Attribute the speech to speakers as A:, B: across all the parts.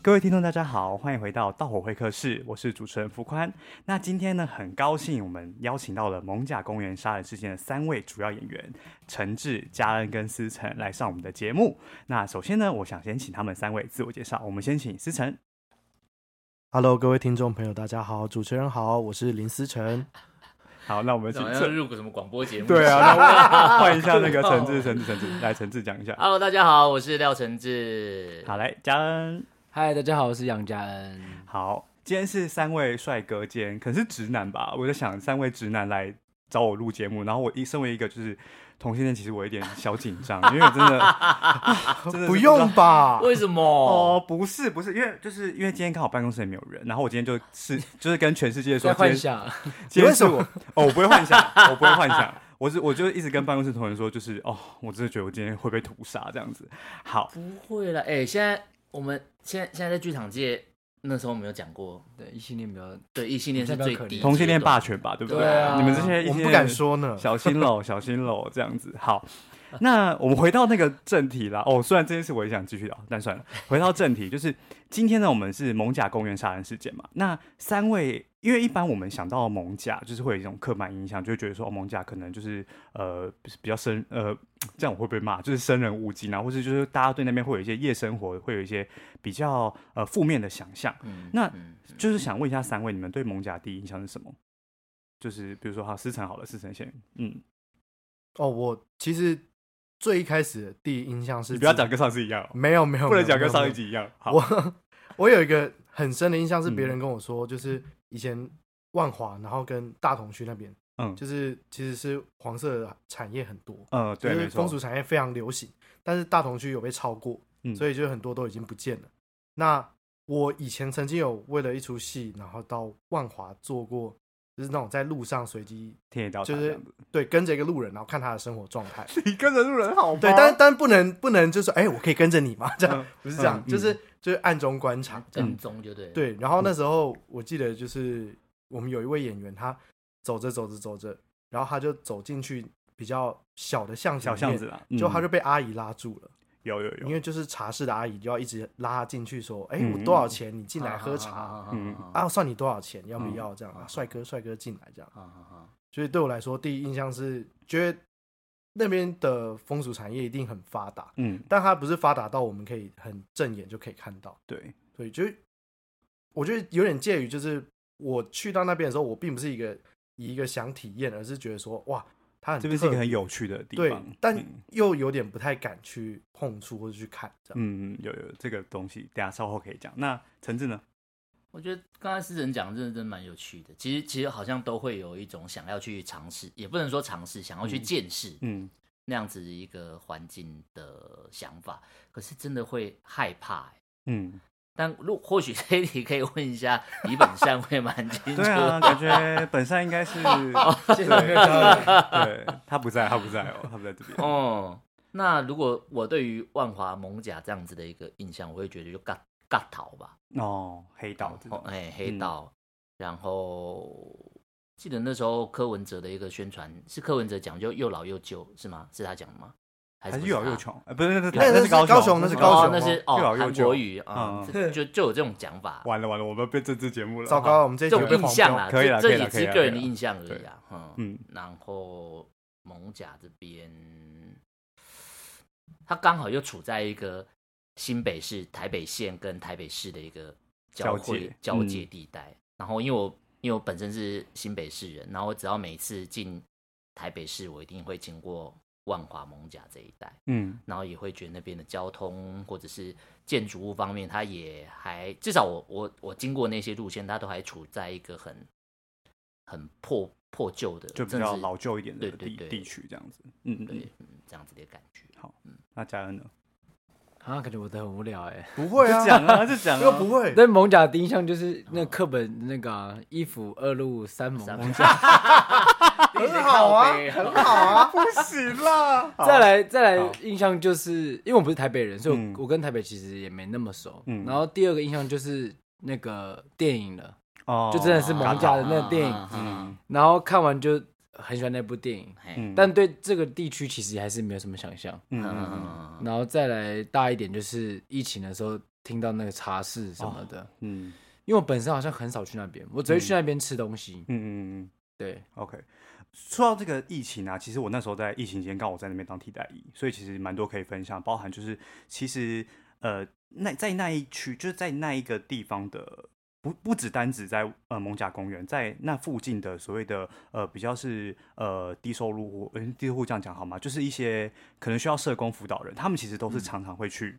A: 各位听众，大家好，欢迎回到盗火会客室，我是主持人傅宽。那今天呢，很高兴我们邀请到了《蒙甲公园杀人事件》的三位主要演员陈志、嘉恩跟思成来上我们的节目。那首先呢，我想先请他们三位自我介绍，我们先请思成。
B: Hello，各位听众朋友，大家好，主持人好，我是林思成。
A: 好，那我们请
C: 怎么
A: 陈
C: 要入股什么广播节目？
A: 对啊， 那我换一下那个陈志，陈志，陈志，来陈志讲一下。
C: ，Hello，大家好，我是廖承志。
A: 好，来嘉恩。
D: 嗨，大家好，我是杨佳恩。
A: 好，今天是三位帅哥间，可能是直男吧？我在想，三位直男来找我录节目，然后我一身为一个就是同性恋，其实我有点小紧 张，因为我真的 真的是
B: 不
A: 知
B: 用
A: 道。
B: 吧？
C: 为什么？
A: 哦，不是不是，因为就是因为今天刚好办公室也没有人，然后我今天就是就是跟全世界说
D: 在
A: 今
D: 幻
A: 天
D: 想，
A: 今天是
B: 你为什
A: 我 哦，我不会幻想，我不会幻想，我是我就一直跟办公室同仁说，就是哦，我真的觉得我今天会被屠杀这样子。好，
C: 不会了，哎、现在我们现在现在在剧场界，那时候我们有讲过，
D: 对异性恋比较
C: 对异性恋是最低，
A: 同性恋霸，权吧，对不对？
C: 对啊
A: 你们这些
B: 我
A: 一
B: 们
A: 些
B: 不敢说呢。
A: 小心喽，小心喽，这样子好。那我们回到那个正题啦。哦，虽然这件事我也想继续聊，但算了，回到正题，就是今天呢，我们是蒙甲公园杀人事件嘛。那三位，因为一般我们想到蒙甲，就是会有一种刻板印象，就会觉得说、哦、蒙甲可能就是呃比较生呃，这样我会被骂，就是生人勿近啊，或是就是大家对那边会有一些夜生活，会有一些比较呃负面的想象。
C: 嗯
A: 那
C: 嗯
A: 就是想问一下三位，你们对蒙甲第一印象是什么？就是比如说，好，思成好了，思成先，嗯，
B: 哦，我其实最一开始的第一印象是，
A: 你不要讲，跟上次一样、哦，
B: 没有没有，
A: 不能
B: 没有
A: 讲跟上一。集一嗯样。好，
B: 我我有一个很深的印象是别人跟我说，就是以前万华，然后跟大同区那边，
A: 嗯
B: 就是其实是黄色的产业很多，
A: 呃，对，
B: 就
A: 没
B: 是风
A: 错，
B: 俗产业非常流行，但是大同区有被超过，
A: 嗯
B: 所以就很多都已经不见了。那我以前曾经有为了一出戏，然后到万华做过，就是那种在路上随机
A: 天野道
B: 就
A: 场
B: 是
A: 这样子。
B: 对跟着一个路人，然后看他的生活状态。
A: 你跟着路人好吗
B: 对，但但不能不能就是哎、我可以跟着你嘛？这样、
A: 嗯
B: 不是这样，
A: 嗯
B: 就是就是暗中观察。
C: 跟踪就对了，
B: 对，然后那时候我记得就是我们有一位演员，他走着走着走着，然后他就走进去比较小的巷子，
A: 小巷子，啦，嗯
B: 就他就被阿姨拉住了。
A: 有有
B: 因
A: 有，
B: 为就是茶室的阿姨就要一直拉他进去说：“哎、
A: 嗯
B: 我多少钱？你进来喝
C: 好
B: 茶
C: 好好好
A: 嗯
C: 好好
B: 啊，算你多少钱？要不要这样
C: 嗯
B: 啊？帅哥，帅哥进来这样。
C: 好好好，
B: 所以对我来说，第一印象是觉得那边的风俗产业一定很发达，
A: 嗯，
B: 但它不是发达到我们可以很正眼就可以看到。
A: 对，
B: 所以就是我觉得有点介于，就是我去到那边的时候，我并不是一个以一个想体验，而是觉得说哇，它很
A: 这边是一
B: 特
A: 个
B: 别
A: 很有趣的地
B: 对
A: 方，，
B: 但
A: 嗯
B: 又有点不太敢去碰触或者去看这样。
A: 嗯，有有这个东西，等一下稍后可以讲。那陈志呢？
C: 我觉得刚才思人讲的真的真的蛮有趣的，其实其实好像都会有一种想要去尝试，也不能说尝试，想要去见识，
A: 嗯，
C: 那样子一个环境的想法，可是真的会害怕、欸。
A: 嗯，
C: 但如或许 这一题可以问 一下李本善，会蛮清楚。
A: 对 啊，感觉本善应该是，
B: 哦
A: 对 对，他不在，他不在哦，他不在这边。
C: 哦，那如果我对于万华蒙甲这样子的一个印象，我会觉得就尬尬逃吧，
A: 哦，黑道这种
C: 哦，哎、
A: 嗯
C: 黑道，然后记得那时候柯文哲的一个宣传是柯文哲讲就又老又旧是吗？是他讲的吗？还
A: 还
C: 是
A: 是
C: 不
A: 又老
C: 他
A: 又穷，哎，不是，那是
B: 啊那
A: 那
B: 是高雄那是高
C: 哦
B: 雄
C: 那是哦
A: 又老又
C: 韩
A: 旧
C: 国语啊，
A: 嗯
C: 这就就有这种讲法。
A: 完了完了，我们被政治节目了，
B: 糟糕，我们这一
C: 这
B: 集又
C: 种
B: 被
C: 印
B: 黄
C: 象
B: 标。
C: 啦，
A: 可以
C: 这
A: 啦
C: 这
A: 可以
C: 也
A: 啦可
C: 只
A: 以
C: 是
A: 啦
C: 个
A: 可
C: 人
A: 以
C: 的
A: 啦
C: 印象而已
A: 对
C: 啊。嗯，
A: 嗯，
C: 然后蒙甲这边，嗯他刚好又处在一个新北市、台北县跟台北市的一个交
A: 交
C: 汇
A: 界嗯
C: 交界地带。然后因为我因为我本身是新北市人，然后我只要每次进台北市，我一定会经过万华蒙甲这一带。
A: 嗯
C: 然后也会觉得那边的交通或者是建筑物方面，它也还至少我我我经过那些路线，它都还处在一个很很破破旧的，
A: 就比
C: 甚
A: 较
C: 至
A: 老旧一点的
C: 对对
A: 地
C: 对
A: 地区这样子。嗯嗯嗯
C: 对，嗯这样子的感觉。
A: 那嘉恩呢？
D: 啊，感觉我的很无聊哎、
B: 不会啊，
A: 讲啊，就讲
B: 又
A: 啊，
B: 不会。
D: 对蒙甲的印象就是
A: 哦
D: 那课本那个啊、一府二路三蒙
C: 三
D: 甲，
B: 很好啊，
C: 一直靠背
B: 很好啊。
A: 不行啦。
D: 再，来再来
A: 好
D: 印象就是因为我不是台北人，所以我,、
A: 嗯
D: 我跟台北其实也没那么熟。
A: 嗯
D: 然后第二个印象就是那个电影了，
A: 哦
D: 就真的是蒙甲的那个电影
C: 啊啊啊啊
D: 然后看完就很喜欢那部电影，
C: 嘿嗯
A: 嗯
D: 但对这个地区其实还是没有什么想象。
A: 嗯嗯
C: 嗯嗯
A: 嗯
C: 嗯嗯
D: 然后再来大一点，就是疫情的时候听到那个茶室什么的，
A: 嗯
D: 因为我本身好像很少去那边，我只会去那边吃东西。
A: 嗯嗯嗯
D: 对，
A: ，OK。说到这个疫情啊，其实我那时候在疫情期间，刚好我在那边当替代役，所以其实蛮多可以分享，包含就是其实呃那在那一区，就是在那一个地方的。不不只单指在呃蒙贾公园，在那附近的所谓的呃比较是呃低收入户，呃低收入户这样讲好吗？就是一些可能需要社工辅导人，他们其实都是常常会去、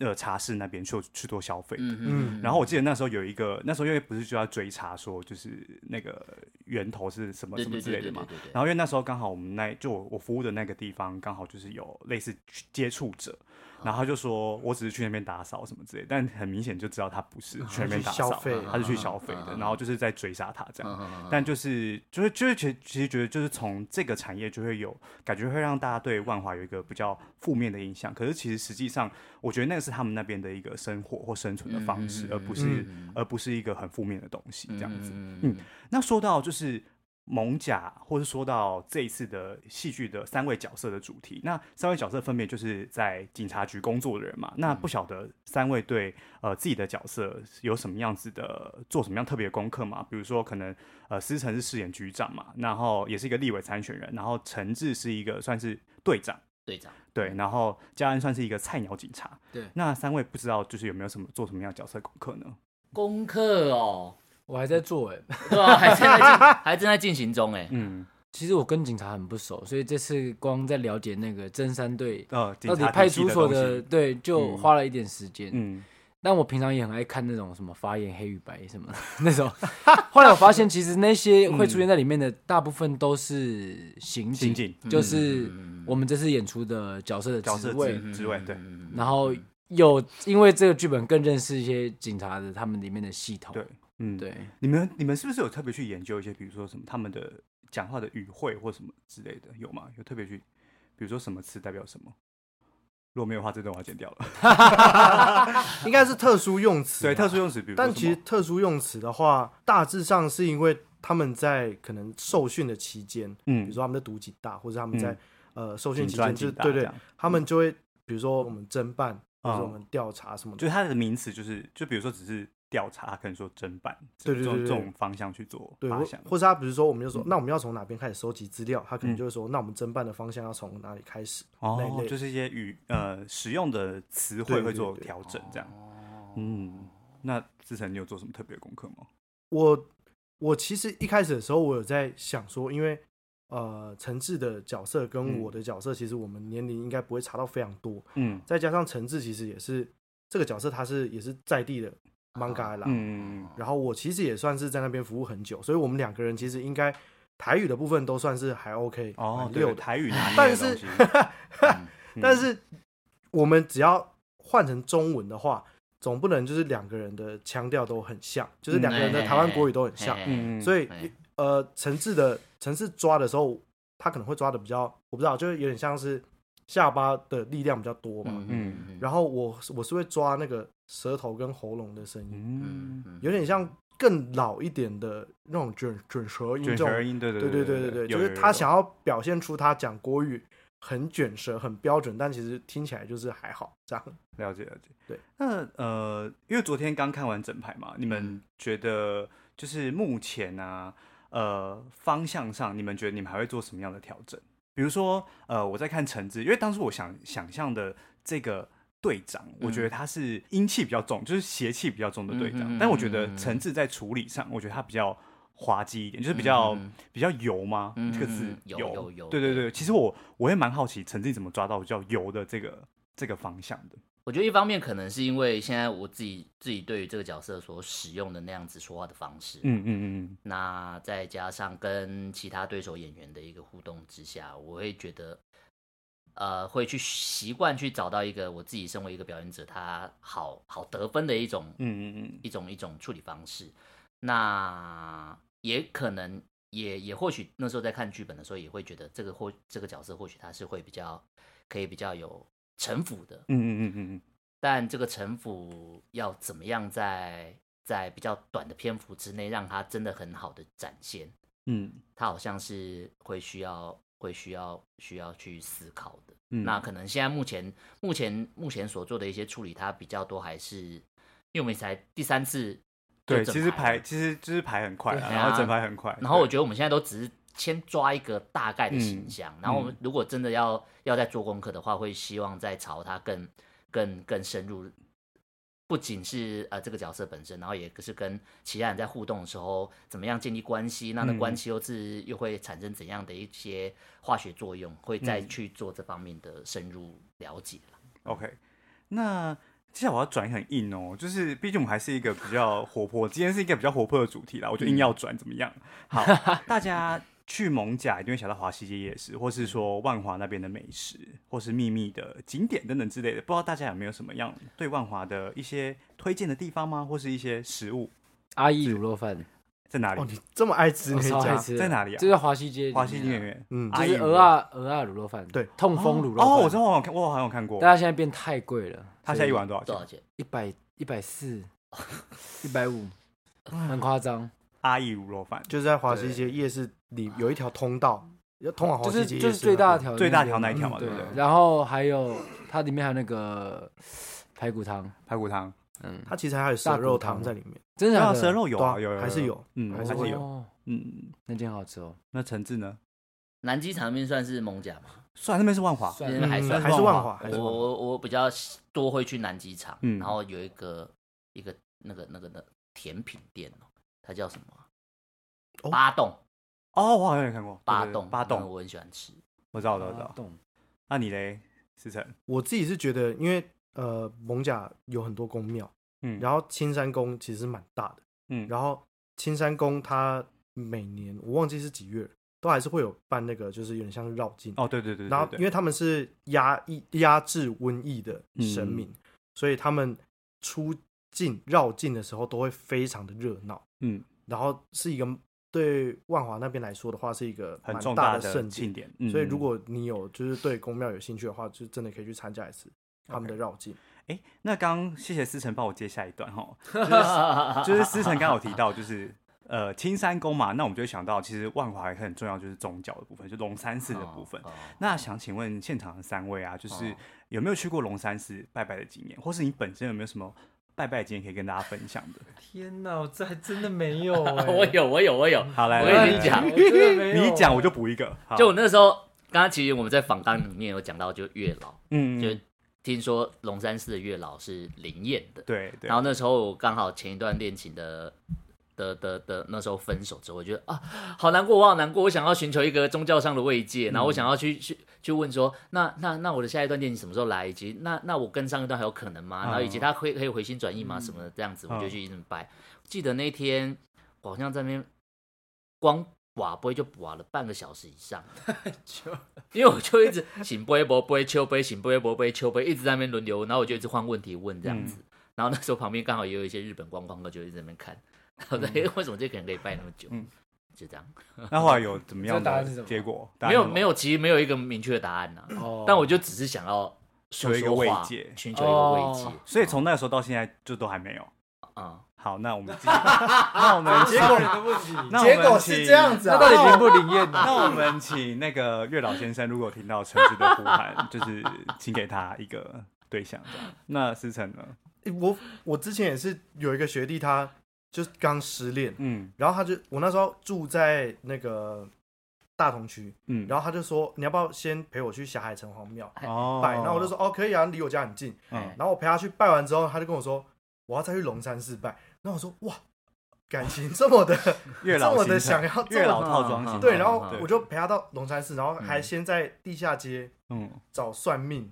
A: 呃茶室那边去去做消费的。
C: 嗯
A: 然后我记得那时候有一个，那时候因为不是就要追查说就是那个源头是什么
C: 对
A: 什么
C: 对
A: 之
C: 对
A: 类
C: 对
A: 的嘛
C: 对。对
A: 然后因为那时候刚好我们那就我我服务的那个地方刚好就是有类似接触者，
C: 嗯
A: 然后他就说我只是去那边打扫什么之类，但很明显就知道他不是去那边打
B: 消
A: 扫
B: 费，
A: 他是去消费
C: 嗯嗯
A: 的，
C: 嗯
A: 然后就是在追杀他这样。
C: 嗯
A: 但就是就是就是其实其实觉得就是从这个产业就会有感觉会让大家对万华有一个比较负面的印象，可是其实实际上我觉得那个是他们那边的一个生活或生存的方式，
C: 嗯嗯嗯
A: 而不是、
C: 嗯
A: 而不是一个很负面的东西这样子。
C: 嗯
A: 嗯那说到就是蒙甲，或是说到这一次的戏剧的三位角色的主题，那三位角色分别就是在警察局工作的人嘛。那
D: 嗯
A: 不晓得三位对呃自己的角色有什么样子的做什么样特别的功课嘛？比如说可能呃思成是饰演局长嘛，然后也是一个立委参选人，然后陈志是一个算是队长。
C: 队长，
A: 对，然后嘉恩算是一个菜鸟警察。
D: 嗯对
A: 那三位不知道就是有没有什么做什么样的角色功课呢？
C: 功课哦，
D: 我还在做哎、
C: 对啊，还正在进还正在进行中哎，
A: 嗯，
D: 其实我跟警察很不熟，所以这次光在了解那个真三队
A: 呃，警
D: 到底
A: 察
D: 派
A: 体系
D: 出所
A: 东
D: 的
A: 西，
D: 对，就
A: 嗯
D: 花了一点时间。
A: 嗯，
D: 但我平常也很爱看那种什么发言黑与白什么的 那种。后来我发现，其实那些会出现在里面的大部分都是刑警，
A: 嗯刑警
D: 就是
C: 嗯
D: 我们这次演出的角色的
A: 角
D: 职
A: 色
D: 位。
A: 职职位对。
C: 嗯
D: 然后有因为这个剧本更认识一些警察的他们里面的系统。
A: 对嗯，
D: 对，
A: 你们你们是不是有特别去研究一些，比如说什么他们的讲话的语汇或什么之类的，有吗？有特别去，比如说什么词代表什么？如果没有的话，这段我要剪掉了。
B: 应该是特殊用词，
A: 对，特殊。用词，比如说
B: 但其
A: 什
B: 实
A: 么
B: 特殊用词的话，大致上是因为他们在可能受训的期间，比
A: 嗯
B: 如，说他们在读警大，或者他们在、呃受训
A: 警
B: 期
A: 专
B: 间，就
A: 警
B: 是
A: 大
B: 对
A: 这
B: 对
A: 样，
B: 他们就会比如说我们侦办，或者我
A: 嗯
B: 们调查什么的，
A: 就是它的名词就是，就比如说只是调查，可能说侦办，
B: 对对
A: 这种
B: 对对
A: 这种方向去做
B: 对，
A: 发
B: 或
A: 想，
B: 或是他比如说，我们就说，那我们要从哪边开始收集资料？他可能
A: 嗯
B: 就会说，那我们侦办的方向要从哪里开始？那一
A: 哦，
B: 类
A: 就是一些语呃使用的词汇
B: 对
A: 会
B: 对
A: 做
B: 对哦
A: 调整，这样。嗯，那志成，你有做什么特别的功课吗？
B: 我我其实一开始的时候，我有在想说，因为呃，陈志的角色
A: 嗯
B: 跟我的角色，其实我们年龄应该不会差到非常多，
A: 嗯
B: 再加上陈志其实也是这个角色，他是也是在地的 manga 啦，
A: 嗯，
B: 然后我其实也算是在那边服务很久，所以我们两个人其实应该台语的部分都算是还 OK，
A: 哦
B: 蛮，溜
A: 对，
B: 的。
A: 台语拿捏
B: 但
A: 的
B: 是
A: 东西，嗯
B: 但是我们只要换成中文的话，总不能就是两个人的腔调都很像，就是两个人的台
A: 哎
B: 湾国语都很像，
A: 嗯，
B: 所以
C: 嗯
B: 呃，陈志的陈志抓的时候，他可能会抓的比较，我不知道，就是有点像是下巴的力量比较多嘛。
A: 嗯
B: 然后我我是会抓那个舌头跟喉咙的声音，
A: 嗯，
B: 有点像更老一点的那种卷卷舌音这
A: 卷舌
B: 种
A: 而音，对对
B: 对
A: 对
B: 对对对对，
A: 有
B: 就是他想要表现出他讲国语很卷舌、很标准，但其实听起来就是还好这样。
A: 有有了解了解。
B: 对，
A: 那呃，因为昨天刚看完整排嘛，你们
C: 嗯
A: 觉得就是目前啊，呃，方向上，你们觉得你们还会做什么样的调整？比如说，呃，我在看橙子，因为当时我想想象的这个。队长，我觉得他是阴气比较重，就是邪气比较重的队长。
C: 嗯嗯嗯嗯
A: 但我觉得
C: 嗯嗯
A: 陈志在处理上，我觉得他比较滑稽一点，就是比较、
C: 嗯嗯
A: 比较油吗？
C: 嗯
A: 这个
C: 嗯
A: 字
C: 嗯有有有
A: 对对
C: 对
A: 对。其实我我也蛮好奇，陈志怎么抓到叫油的这个这个方向的。
C: 我觉得一方面可能是因为现在我自己自己对于这个角色所使用的那样子说话的方式，
A: 嗯嗯
C: 那再加上跟其他对手演员的一个互动之下，我会觉得，呃，会去习惯去找到一个我自己身为一个表演者，他好好得分的一种
A: 嗯嗯嗯
C: 一种一种处理方式。那也可能也也或许那时候在看剧本的时候，也会觉得这个或这个角色或许他是会比较可以比较有城府的，
A: 嗯嗯嗯嗯
C: 但这个城府要怎么样在在比较短的篇幅之内，让它真的很好的展现，
A: 嗯
C: 它好像是会需要会需要需要去思考的。
A: 嗯
C: 那可能现在目前目前目前所做的一些处理，它比较多还是因为我们才第三次就
A: 对，
C: 整
A: 其实
C: 排
A: 排
C: 了
A: 其实就是排很快啊，
C: 对啊
A: 然后整排很快，
C: 然后我
A: 对嗯
C: 觉得我们现在都只是先抓一个大概的形象，然后我们如果真的要要再做功课的话，会希望再朝它更更更深入，不仅是呃这个角色本身，然后也是跟其他人在互动的时候，怎么样建立关系，那那
A: 嗯
C: 关系又是又会产生怎样的一些化学作用，会再
A: 嗯
C: 去做这方面的深入了解啦
A: OK，那接下来我要转很硬哦，就是毕竟我们还是一个比较活泼，今天是一个比较活泼的主题啦，我就
C: 嗯
A: 硬要转怎么样？ 好，大家去蒙甲一定会想到华西街夜市，或是说万华那边的美食，或是秘密的景点等等之类的。不知道大家有没有什么样对万华的一些推荐的地方吗？或是一些食物
D: 阿姨卤肉饭，
A: 在哪里？
B: 哦，你这么爱吃
D: 我
B: 那
D: 超爱
B: 家，
D: 吃的，
A: 在哪里啊
D: 就在华西街里面啊，
A: 华西街园，
B: 嗯
D: 就是
A: 阿姨卤
D: 鹅啊鹅啊卤肉饭，
B: 对，
D: 痛风卤肉饭。
A: 哦，我知道，我好看，我好像有看过
B: 啊
D: 但。它现在变太贵了，
A: 它现在一碗多少
C: 多
A: 钱？
C: 少钱？
D: 一百一 百四，一百五，很夸张。
A: 阿义卤肉饭，
B: 就是在华西街夜市里有一条通道，要通往华
D: 就
B: 西
D: 是
B: 街
D: 就
B: 夜
D: 是
B: 市
D: 最大
B: 那
D: 的
B: 边。
D: 条
A: 最大条那一
D: 边
A: 条嘛
D: 嗯
A: 对
D: 对
A: 不对
D: 然后还有它里面还有那个排骨汤，
A: 排骨汤，
D: 嗯，
B: 它其实还有蛇肉汤在里面，
D: 真的
A: 对
D: 假
A: 啊，
D: 的
A: 蛇肉有啊，
B: 对啊
A: 有有
B: 还是有
A: 嗯，还
B: 还是
A: 是
B: 会
A: 有，
D: 哦
A: 嗯。
D: 那间好吃哦。
A: 那陈志呢？
C: 南机场那边算是蒙甲嘛，
A: 算那边是万华，
C: 那边还
B: 嗯
C: 算
B: 还是
A: 万
B: 万
A: 华
B: 华，还是
C: 我
B: 万华
C: 我我比较喜多会去南机场，
A: 嗯
C: 然后有一个一个那个那个那甜品店哦，它叫什么啊
B: 哦？
C: 八栋，
A: 哦，我好像有看过
C: 八
A: 对对对
C: 栋，嗯
A: 八
C: 那个
A: 栋，
C: 我很喜欢吃。
A: 我知道，我知道，我知道。
D: 懂
A: 那你嘞，思成？
B: 我自己是觉得，因为呃，蒙甲有很多宫庙，
A: 嗯
B: 然后青山宫其实蛮大的，
A: 嗯，
B: 然后青山宫它每年我忘记是几月了，都还是会有办那个，就是有点像是绕境。
A: 哦，对对对，对
B: 然后因为他们是压抑压制瘟疫的神
A: 嗯
B: 明，所以他们出境绕境的时候都会非常的热闹，
A: 嗯，
B: 然后是一个对万华那边来说的话是一个
A: 很
B: 蛮
A: 重
B: 大
A: 的
B: 盛
A: 庆
B: 典，
A: 典，嗯
B: 所以如果你有就是对宫庙有兴趣的话，就真的可以去参加一次他们的绕境。
A: 哎，那刚谢谢思成帮我接下一段哈， 就是就是思成刚好提到就是。呃，青山宫嘛，那我们就会想到，其实万华还很重要，就是宗教的部分，就龙山寺的部分。
C: 哦，哦
A: 那想请问现场的三位啊，就是
C: 哦
A: 有没有去过龙山寺拜拜的经验，或是你本身有没有什么拜拜的经验可以跟大家分享的？
D: 天哪，我这还真的没 有哎
C: 哦我有我有我有，
A: 好，来，
C: 我跟你讲
D: 我真的没有
A: 你一哎讲我就补一个。好
C: 就我那时候，刚刚其实我们在访纲里面有讲到，就月老，
A: 嗯，
C: 就听说龙山寺的月老是灵验的，
A: 对对，
C: 然后那时候我刚好前一段恋情的的的的那时候分手之后，我觉得啊，好难过，我好难过，我想要寻求一个宗教上的慰藉，然后我想要去去去问说，那那那我的下一段恋情什么时候来，以及那那我跟上一段还有可能吗？然后以及他可以可以回心转意吗？什么的这样子，我就去一直拜。记得那天我好像在那边光。瓦杯就瓦了半个小时以上， 因为我就一直醒杯不杯秋杯醒杯不杯秋杯，一直在那边轮流，然后我就一直换问题问这样子，然后那时候旁边刚好也有一些日本观光客，就一直在那边看，然后在、诶为什么这个人可以拜那么久？
A: 嗯
C: 就这样，
A: 那后来有怎么样
D: 这答案是
A: 的
D: 什么
A: 结果？
C: 没有没
A: 有，
C: 有，其实没有一个明确的答案呐、
D: 哦
C: 但我就只是想要说
A: 求一个
C: 说
A: 慰
C: 话
A: 藉
C: 寻求一个慰藉嗯
D: 哦
A: 所以从那个时候到现在就都还没有。
C: 啊、
A: 好，那我们继续那我们结果
D: 对不起，
A: 啊那我们请，
B: 子
D: 那到底灵不灵验呢？
A: 那我们请那个月老先生，如果听到橙子的呼喊，就是请给他一个对象这样。那思成呢？
B: 诶我我之前也是有一个学弟，他就是刚失恋，
A: 嗯
B: 然后他就我那时候住在那个大同区，
A: 嗯，
B: 然后他就说你要不要先陪我去霞海城隍庙
A: 后哦
B: 拜？然后我就，说哦可以啊，离我家很近。
A: 嗯，
B: 然后我陪他去拜完之后，他就跟我说我要再去龙山寺拜。然后我说哇，感情这么的
A: 月
B: 这
A: 老
B: 么
A: 行
B: 的
A: 程
B: 想要这
A: 月
B: 么
A: 老套装型，
B: 嗯对，然后
A: 对
B: 我就陪他到龙山寺，然后还先在地下街
A: 嗯，
B: 找算命，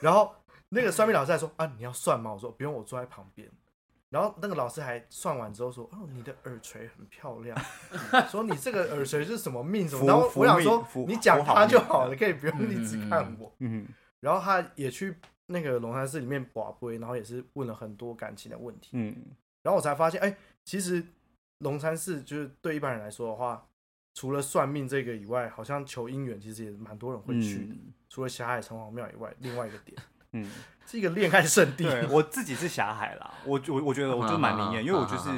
B: 然后那个算命老师还说啊你要算吗？我说不用，我坐在旁边。然后那个老师还算完之后说：“哦，你的耳垂很漂亮， 说你这个耳垂是什么命什么？”
A: 福
B: 然后
A: 福
B: 我想
A: 命
B: 说
A: 福，
B: 你讲
A: 福好
B: 他就
A: 命
B: 好了，可以不用你只看
C: 嗯
B: 我。
A: 嗯
B: 然后他也去那个龙山寺里面寡龟，然后也是问了很多感情的问题。
A: 嗯
B: 然后我才发现，哎、其实龙山寺就是对一般人来说的话，除了算命这个以外，好像求姻缘其实也蛮多人会去的。
A: 嗯
B: 除了霞海城隍庙以外，另外一个点
A: 嗯。
B: 是一个恋爱圣地。
A: 对我自己是霞海啦，我我我觉得我就蛮灵验，因为我就是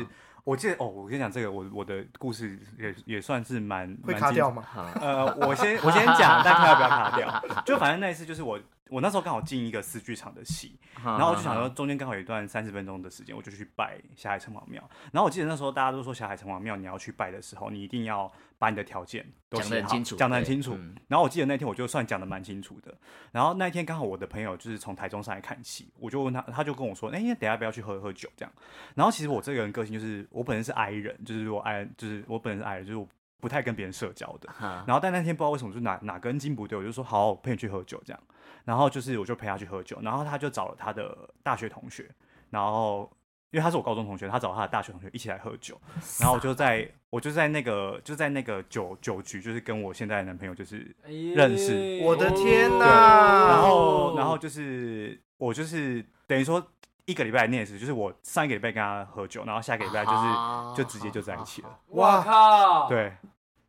A: 我记得哦，我跟你讲这个，我我的故事也也算是蛮
B: 会
A: 蛮
B: 卡
A: 精
B: 掉吗？
A: 呃，我先我先讲，但看要不要卡掉。就反正那一次就是我我那时候刚好进一个四剧场的戏，然
C: 然
A: 后我就想说，中间刚好有一段三十分钟的时间，我就去拜霞海城隍庙。然后我记得那时候大家都说霞海城隍庙你要去拜的时候，你一定要把你的条件都
C: 讲得
A: 写
C: 很
A: 好
C: 清，楚，
A: 讲得很
C: 对
A: 清楚。
C: 嗯
A: 然后我记得那天我就算讲的蛮清楚的。然后那一天刚好我的朋友就是从台中上来看戏，我就问他，他就跟我说，哎、等一下不要去喝喝酒这样。然后其实我这个人个性就是，我本人是 I 人，就是我 I，就是我本人是 I 人，就是我不太跟别人社交的。
C: 哈
A: 然后但那天不知道为什么就哪哪根筋不对，我就说好，我陪你去喝酒这样。然后就是我就陪他去喝酒，然后他就找了他的大学同学，然后因为他是我高中同学，他找他的大学同学一起来喝酒，然后我就在我就在那个就在那个酒酒局，就是跟我现在的男朋友就是认
D: 哎
A: 识
B: 我的天
D: 哦
B: 哪
A: 然后，然后就是我就是等于说一个礼拜那也是，就是我上一个礼拜跟他喝酒，然后下个礼拜就是、
C: 啊
A: 就直接就在一起了。
D: 哇靠，，
A: 对，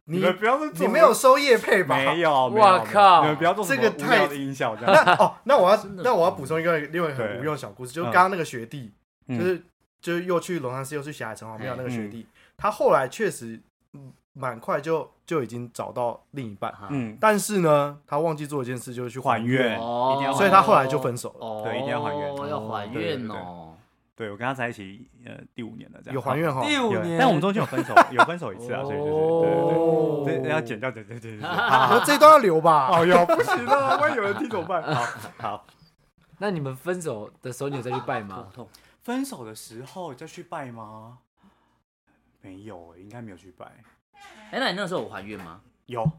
B: 你
A: 们不要再做
B: 你没有收叶配吧？
A: 没有，没有
D: 哇靠
A: 你们不要做什么
B: 这个太
A: 无聊的音效这样。
B: 那哦，那我要
C: 真的
B: 那我要补充一个另外一个很
A: 对
B: 无用的小故事，就是
A: 嗯
B: 刚刚那个学弟，
A: 嗯
B: 就是就是又去龙山寺又去霞海城隍庙那个学
A: 嗯
B: 弟，他后来确实嗯蛮快就就已经找到另一半，
C: 哈
A: 嗯，
B: 但是呢，他忘记做一件事，就是去
A: 还愿，
C: 哦
A: 一定要
B: 所以
A: 还
B: 他
A: 愿。
B: 后来就分手了。
C: 哦，
A: 对一定要还愿
C: 要还
A: 对对对
C: 愿
A: 对
C: 哦。
A: 对我跟他在一起呃第五年了，哦这样
B: 有还愿哈，
D: 第五
A: 有
D: 年，
A: 但我们中间有分手，有分手一次啊，所以就是
D: 哦
A: 对对对，这要剪掉，剪掉，剪掉。 好
B: 那这段要留吧。
A: 好哟，不行了，万一有人听怎么办？好好，
D: 那你们分手的时候，你有再去 拜吗？
C: 痛，
A: 分手的时候再去拜吗？没有、欸，应该没有去拜。
C: 哎，那你那时候有还愿吗？
D: 哦
A: 有，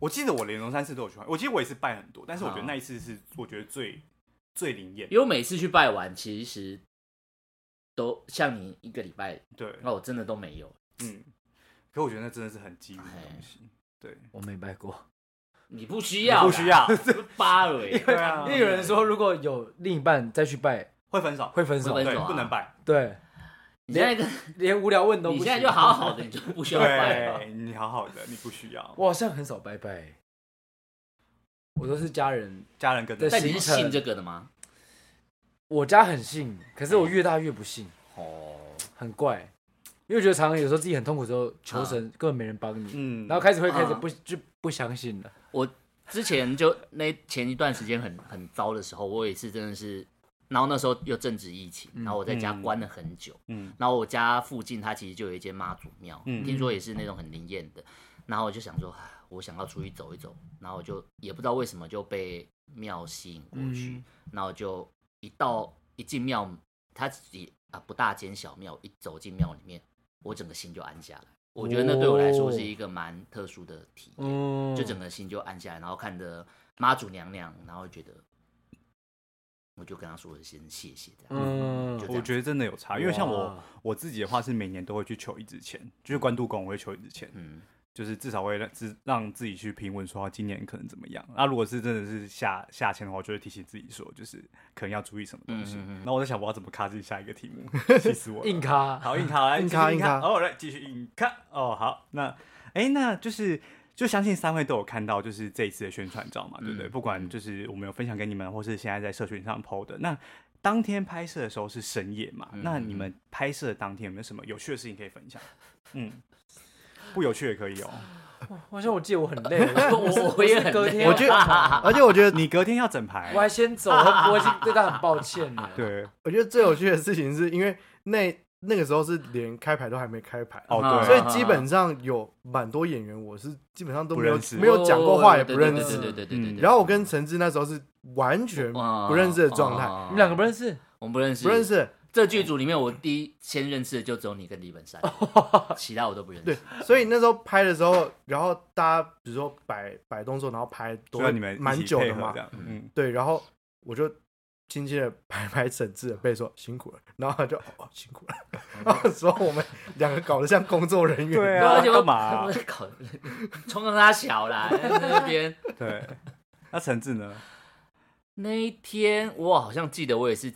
A: 我记得我连龙山寺都有去拜，我记得我也是拜很多，但是我
D: 啊
A: 觉得那一次是我觉得最最灵验。
C: 因为我每次去拜完，其实都像你一个礼拜，
A: 对，
D: 哦
C: 那我哦真的都没有。
A: 嗯，可我觉得那真的是很机遇的东
D: 哎
A: 西。对，
D: 我没拜过，
C: 你不需要啦，
A: 你不需 要
C: 八 蕊，
A: 对啊
D: 因为有人说如果有另一半再去拜
A: 会分手，
D: 会分手
C: 会，分
A: 对
C: 手啊
A: 不能拜。
D: 对，
C: 你现在跟
D: 连无聊问都不
C: 你
D: 行。
C: 现在就好好的，你就不需要拜了。
A: 对你好好的，你不需要。
D: 我好像很少拜拜，我都是家人。
A: 家人跟着
D: 对
A: 拜
C: 但你是
D: 行程
C: 信这个的吗？
D: 我家很信，可是我越大越不信，
C: 哦，
D: 很怪。因为我觉得常常有时候自己很痛苦的时候，求神根本没人帮你，
A: 嗯，
D: 然后开始会开始
C: 嗯
D: 不就不相信了。
C: 之前就那前一段时间很很糟的时候，我也是真的是，然后那时候又正值疫情，然后我在家关了很久，
A: 嗯
C: 然后我家附近它其实就有一间妈祖庙，
A: 嗯
C: 听说也是那种很灵验的。然后我就想说，唉我想要出去走一走，然后我就也不知道为什么就被庙吸引过去，然后就一到一进庙，它也啊不大间小庙，一走进庙里面，我整个心就安下来。我觉得那对我来说是一个蛮特殊的体验，
D: 嗯，
C: 就整个心就安下来，然后看着妈祖娘娘，然后觉得，我就跟她说先谢谢这样。
D: 嗯
C: 就这样
A: 我觉得真的有差，因为像我
D: 哇
A: 我自己的话是每年都会去求一支签，就是关渡宫我会求一支签，
C: 嗯，
A: 就是至少会让自让自己去评论说啊今年可能怎么样。那如果是真的是下下签的话，我就会提醒自己说，就是可能要注意什么东西。
C: 嗯嗯嗯
A: 然后我在想我要怎么卡自己下一个题目， 气死我了。
D: 硬咖。
A: 好硬卡来
B: 硬卡
A: 继续
B: 硬卡
A: 哦来继续硬卡哦好那哎、那就是就相信三位都有看到就是这一次的宣传照嘛，对不对？
C: 嗯
A: 不管就是我们有分享给你们，或是现在在社群上 PO 的那。当天拍摄的时候是深夜
C: 嗯
A: 嘛？那你们拍摄的当天有没有什么有趣的事情可以分享？嗯，不有趣也可 以哦。
D: 好像我记得我很 累，我
C: 我我也很累
D: 隔天
B: 我觉得，而且我觉得，
A: 你隔天要整排
D: 我，还先走，我已经对他很抱歉了。，
A: 对，
C: 啊
B: 我觉得最有趣的事情是因为那那个时候是连开牌都还没开牌，
A: 哦
C: 啊
A: 对，
B: 所以基本上有蛮多演员，我是基本上都没
A: 不
B: 有
A: 认识哦
B: 没有讲过话，也不认
C: 对对
B: 识。
C: 对对对对对。
B: 然后我跟陈志那时候是完全不认识的状态，
D: 你们两个不认识，
C: 哦我们不认识，
B: 不认。识。
C: 这剧组里面，我第一先认识的就只有你跟李本山，其他我都不认
B: 哦对
C: 识。，
B: 所以那时候拍的时候，然后大家比如说摆摆动作，然后拍都
A: 所以你们一起
B: 蛮久
A: 配
B: 的
A: 合
B: 嘛
A: 这。样，嗯，
B: 对，然后我就轻轻的 拍拍陈志的背说辛苦了，然后他就哦哦辛苦了， 然后说我们两个搞得像工作人员。
A: 对啊，
C: 而且我
A: 干嘛啊
C: 我？在搞，冲到他小啦， 在那边
A: 对，那陈志呢？
C: 那一天，我好像记得我也是，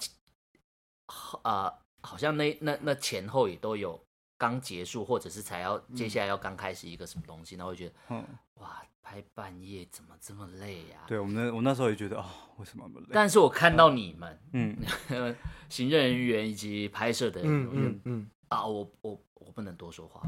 C: 啊、好像那那那前后也都有刚结束，或者是才要接下来要刚开始一个什么东西，然后我就觉得
A: 嗯，
C: 哇，拍半夜怎么这么累啊呀、
A: 对我们那我那时候也觉得哦，为什么那么累？
C: 但是我看到你们
A: 嗯，
C: 行政人员以及拍摄的人，
B: 嗯
C: 我就
B: 嗯嗯，
C: 啊，我我我不能多说话，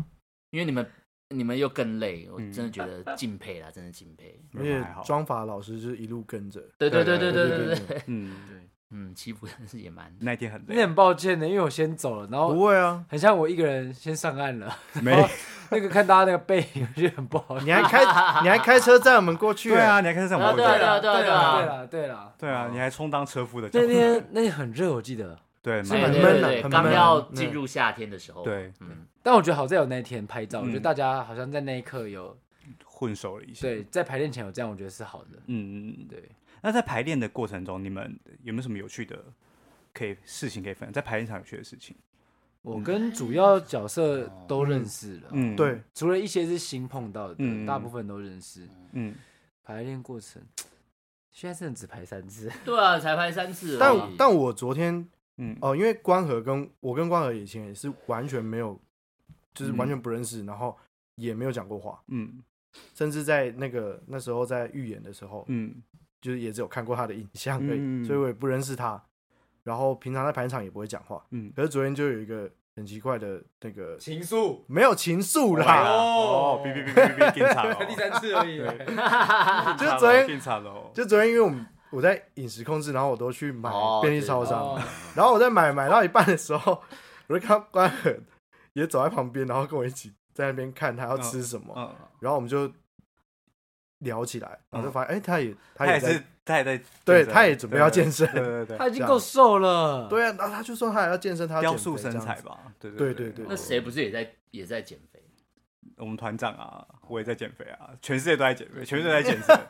C: 因为你们你们又更累，我真的觉得敬佩啦，真的敬佩。
B: 而
A: 没有
B: 且
A: 还好，
B: 妆法老师就是一路跟着，
C: 对对对
A: 对
B: 对
C: 对
B: 对
C: 对对 对，
A: 嗯，
C: 嗯，欺负真是也蛮
A: 那一天很
D: 那天
A: 累，
D: 很抱歉的，因为我先走了，然
A: 哦
D: 后
B: 不会啊，
D: 很像我一个人先上岸了。
A: 没
D: 然后那个看大家那个背影，我觉得很不好。
B: 你还开 你还开车载我们过去，
A: 对啊，，你还看这种
C: 啊对啊对啊
D: 对
C: 对啊
D: 对啦对啦。
A: 对啊，你还充当车夫的角
D: 那
A: 色，
D: 天那天很热，我记得，
A: 对，蛮
C: 对
B: 很
C: 对
B: 闷啊
C: 对对，
B: 很
C: 刚
B: 闷啊
C: 要进入夏天的时候，
A: 对
C: 嗯，
D: 但我觉得好在有那一天拍照，我觉得
A: 嗯
D: 大家好像在那一刻有
A: 混熟了一些。
C: 嗯
D: 对在排练前有这样，我觉得是好的。
A: 嗯，嗯嗯，
D: 对，
A: 那在排练的过程中，你们有没有什么有趣的可以事情可以分享？在排练场有趣的事情？
C: 嗯
D: 我跟主要角色都认识了，
A: 嗯，
B: 欸对，
D: 除了一些是新碰到的，
A: 嗯
D: 大部分都认识。
A: 嗯，
D: 排练过程，现在真的只排三次，
C: 对啊，才拍三次而哦已，
A: 啊
B: 但但我昨天
A: 嗯，
B: 哦，因为光和跟我跟光和以前也是完全没有，就是完全不认识，然后也没有讲过话，
A: 嗯，
B: 甚至在那个那时候在预演的时候，
A: 嗯，
B: 就是也只有看过他的影像而已，
A: 嗯
B: 所以我也不认识他。然后平常在排场也不会讲话，
A: 嗯，
B: 可是昨天就有一个很奇怪的那个
D: 情愫
B: 没有情愫
A: 哎
B: 啦，
A: 呦哦，哔哔哔哔哔，警察
D: 三次而
A: 哦
D: 已。
B: 就昨天
A: 警察喽，
B: 就昨天因为我们我在饮食控制，然后我都去买
C: 哦
B: 便利超商，
D: 哦
B: 然后我在买买到一半的时候，我就看到关恒也走在旁边，然后跟我一起在那边看他要吃什么，
A: 嗯，
B: 然后我们就聊起来，然后就发现哎、他也他
A: 嗯他
B: 也
A: 也
B: 在
A: 是，他也在，
B: 对他也准备要健身
A: 对对对
D: 他
A: 对，
D: 已经够瘦了，，
B: 对啊，然后他就说他也要健身，他要
A: 雕
B: 减
A: 塑
B: 肥
A: 身
B: 这样
A: 材
B: 子，
A: 吧，对
B: 对
A: 对
B: 对对
C: 那谁不是也在也在减肥？
A: 我们团长啊，我也在减肥啊，全世界都在减肥，全世界都在健身，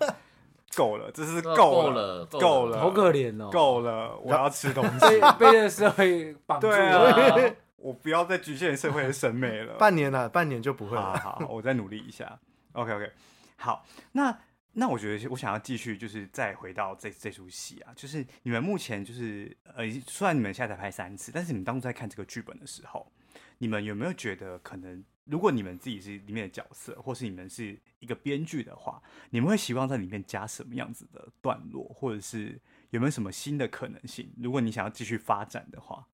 A: 够了，这是
C: 对啊
A: 够
C: 了，
A: 够
C: 够
A: 了
D: 好可怜哦，
A: 够了，我要吃东西，
D: 被被这个社会绑住
A: 对
D: 了。
A: 啊，我不要再局限于社会的审美了。
B: 半年了，半年就不会
A: 好
B: 了。
A: 好，好我再努力一下。OK OK，好，那那我觉得我想要继续就是再回到这这出戏啊，就是你们目前就是呃，虽然你们现在才拍三次，但是你们当初在看这个剧本的时候，你们有没有觉得可能，如果你们自己是里面的角色，或是你们是一个编剧的话，你们会希望在里面加什么样子的段落，或者是有没有什么新的可能性？如果你想要继续发展的话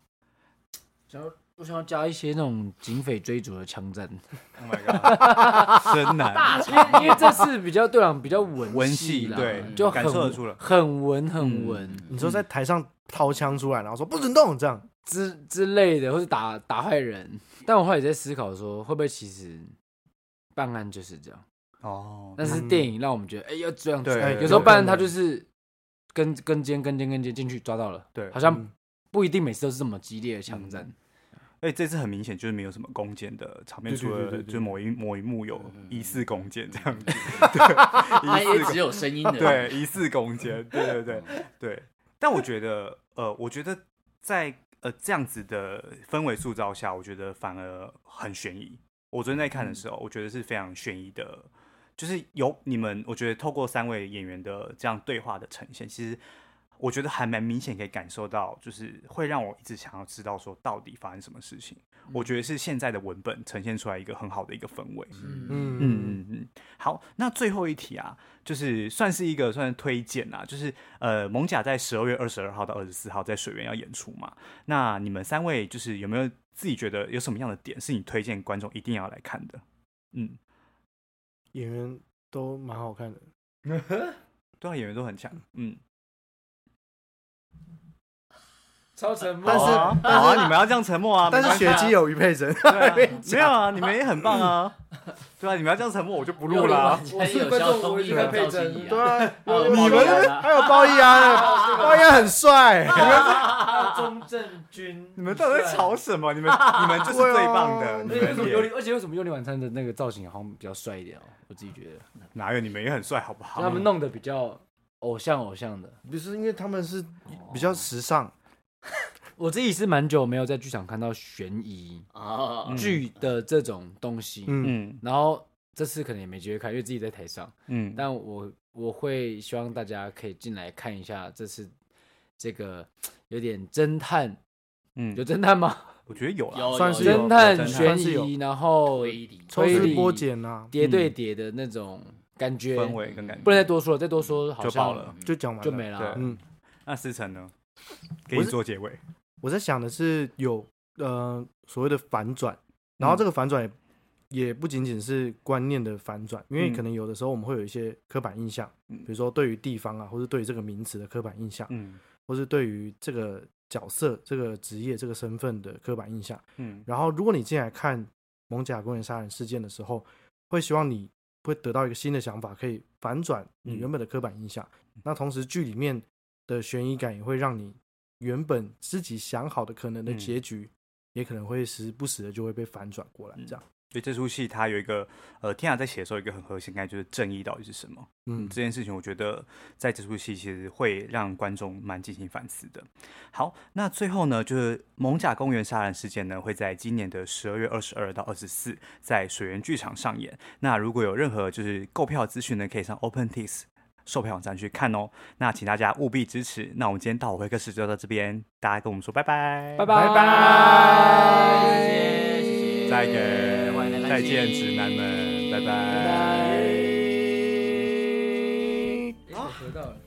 D: 想要我想要加一些那种警匪追逐的枪战，
A: ，Oh my god，真 难，
D: 因为因为这次比较对啊，比较文
A: 文
D: 戏
A: 戏
D: 啦，
A: 对
D: 就很
A: 感受得出嗯来
D: 很文很文、
B: 你说在台上掏枪出来，然后说不准动这样，
D: 之之类的，或是打打坏人。但我后来也在思考说，会不会其实办案就是这样？
A: 哦，
D: 但是
B: 嗯
D: 电影让我们觉得，哎、要这样子
A: 对
B: 哎
D: 有时候
B: 办
D: 办
B: 案
D: 案他就是跟跟肩跟肩跟肩进去抓到了，
A: 对
B: 嗯
D: 好像不一定每次都是这么激烈的枪战。
A: 而且哎这次很明显就是没有什么弓箭的场面，
B: 对对
A: 除
B: 对
A: 了
B: 对对嗯
A: 就某一某一幕有疑似弓箭这样子，
C: 他
A: 对，疑
C: 也
A: 似
C: 只哦有声音 的，
A: 对疑似弓箭，对对对对。但我觉得，呃，我觉得在呃这样子的氛围塑造下，我觉得反而很悬疑。我昨天在看的时候，我觉得是非常悬疑的，就是有你们，我觉得透过三位演员的这样对话的呈现，其实我觉得还蛮明显可以感受到，就是会让我一直想要知道说到底发生什么事情。我觉得是现在的文本呈现出来一个很好的一个氛围。
B: 嗯嗯，
A: 嗯嗯嗯，好，那最后一题啊，就是算是一个算是推荐啊，就是呃，蒙甲在十二月二十二号到二十四号在水源要演出嘛，那你们三位就是有没有自己觉得有什么样的点是你推荐观众一定要来看的？嗯，
B: 演员都蛮好看的。
D: 嗯
A: 对啊，演员都很强，嗯，
D: 超沉默
B: 但
A: 好
B: 是
A: 啊，好啊，你们要这样沉默啊，
B: 但
A: 没
B: 是
A: 关系
B: 雪
A: 啊
B: 姬有余佩珍，
A: 对啊没有啊，你们也很棒啊，对啊，你们要这样沉默我就不录啊啦，
C: 我是观众我一定会配针
B: 对啊，
C: 哦
B: 你
C: 包
B: 们
C: 奕安啊
B: 还有包奕安，包奕安很帅，
D: 中正军，
A: 你们到底在
D: 啊
A: 吵什么？你们你们就是最棒的，你
D: 而且为什
A: 们
D: 么幽
A: 也
D: 灵？而且为什么幽灵晚餐的那个造型好像比较帅一点哦？我自己觉得，嗯
A: 哪有你们也很帅，好不好？
D: 他们弄得比较偶像偶像的。
B: 不是因为他们是比较时尚，
D: 我自己是蛮久没有在剧场看到悬疑
C: 啊，
D: 剧的这种东西，
B: 嗯，
A: 嗯
D: 然后这次可能也没机会看，因为自己在台上。
A: 嗯，
D: 但我我会希望大家可以进来看一下这次这个有点侦探，
A: 嗯
D: 有侦探吗？
A: 我觉得有啦，
C: 哦有
B: 算是有
D: 侦探
A: 侦探
D: 悬
B: 算是有
D: 疑，然后
C: 推理
B: 抽
D: 推
B: 丝
D: 理
B: 剥茧啊呐，
D: 叠对叠的那种感觉，
A: 氛围跟感
D: 不能啊
A: 觉。
D: 再多说了，再多说好
A: 就
D: 像
A: 爆了
B: 就讲完
D: 就没
B: 了。
D: 了。
A: 对
B: 嗯，
A: 那思成呢？给你做结尾。
B: 我在想的是有呃所谓的反转，然
A: 嗯
B: 后这个反转也、也不仅仅是观念的反转，因为
A: 嗯
B: 可能有的时候我们会有一些刻板印象，
A: 嗯
B: 比如说对于地方啊，或是对于这个名词的刻板印象，
A: 嗯
B: 或是对于这个角色、这个职业、这个身份的刻板印象。
A: 嗯
B: 然后，如果你进来看《蒙甲公园杀人事件》的时候，会希望你会得到一个新的想法，可以反转你
A: 嗯
B: 原本的刻板印象。那同时，剧里面的悬疑感也会让你原本自己想好的可能的
A: 嗯
B: 结局，也可能会时不时的就会被反转过
A: 嗯
B: 来。这样，
A: 所以这出戏它有一个呃，天雅在写的时候有一个很核心概念就是正义到底是什么。
B: 嗯
A: 嗯，这件事情我觉得在这出戏其实会让观众蛮进行反思的。好，那最后呢，就是《蒙甲公园杀人事件》呢，会在今年的十二月二十二到二十四在水源剧场上演。那如果有任何就是购票资讯呢，可以上 OpenTix 售票网站去看哦。那请大家务必支持。那我们今天到我会客室就到这边，大家跟我们说拜拜，
D: 拜拜
C: 谢谢谢谢
A: 再见
C: 欢迎来，看
A: 再
C: 戏
A: 见，直男们，拜拜
D: 拜。
B: 啊
D: 学到了。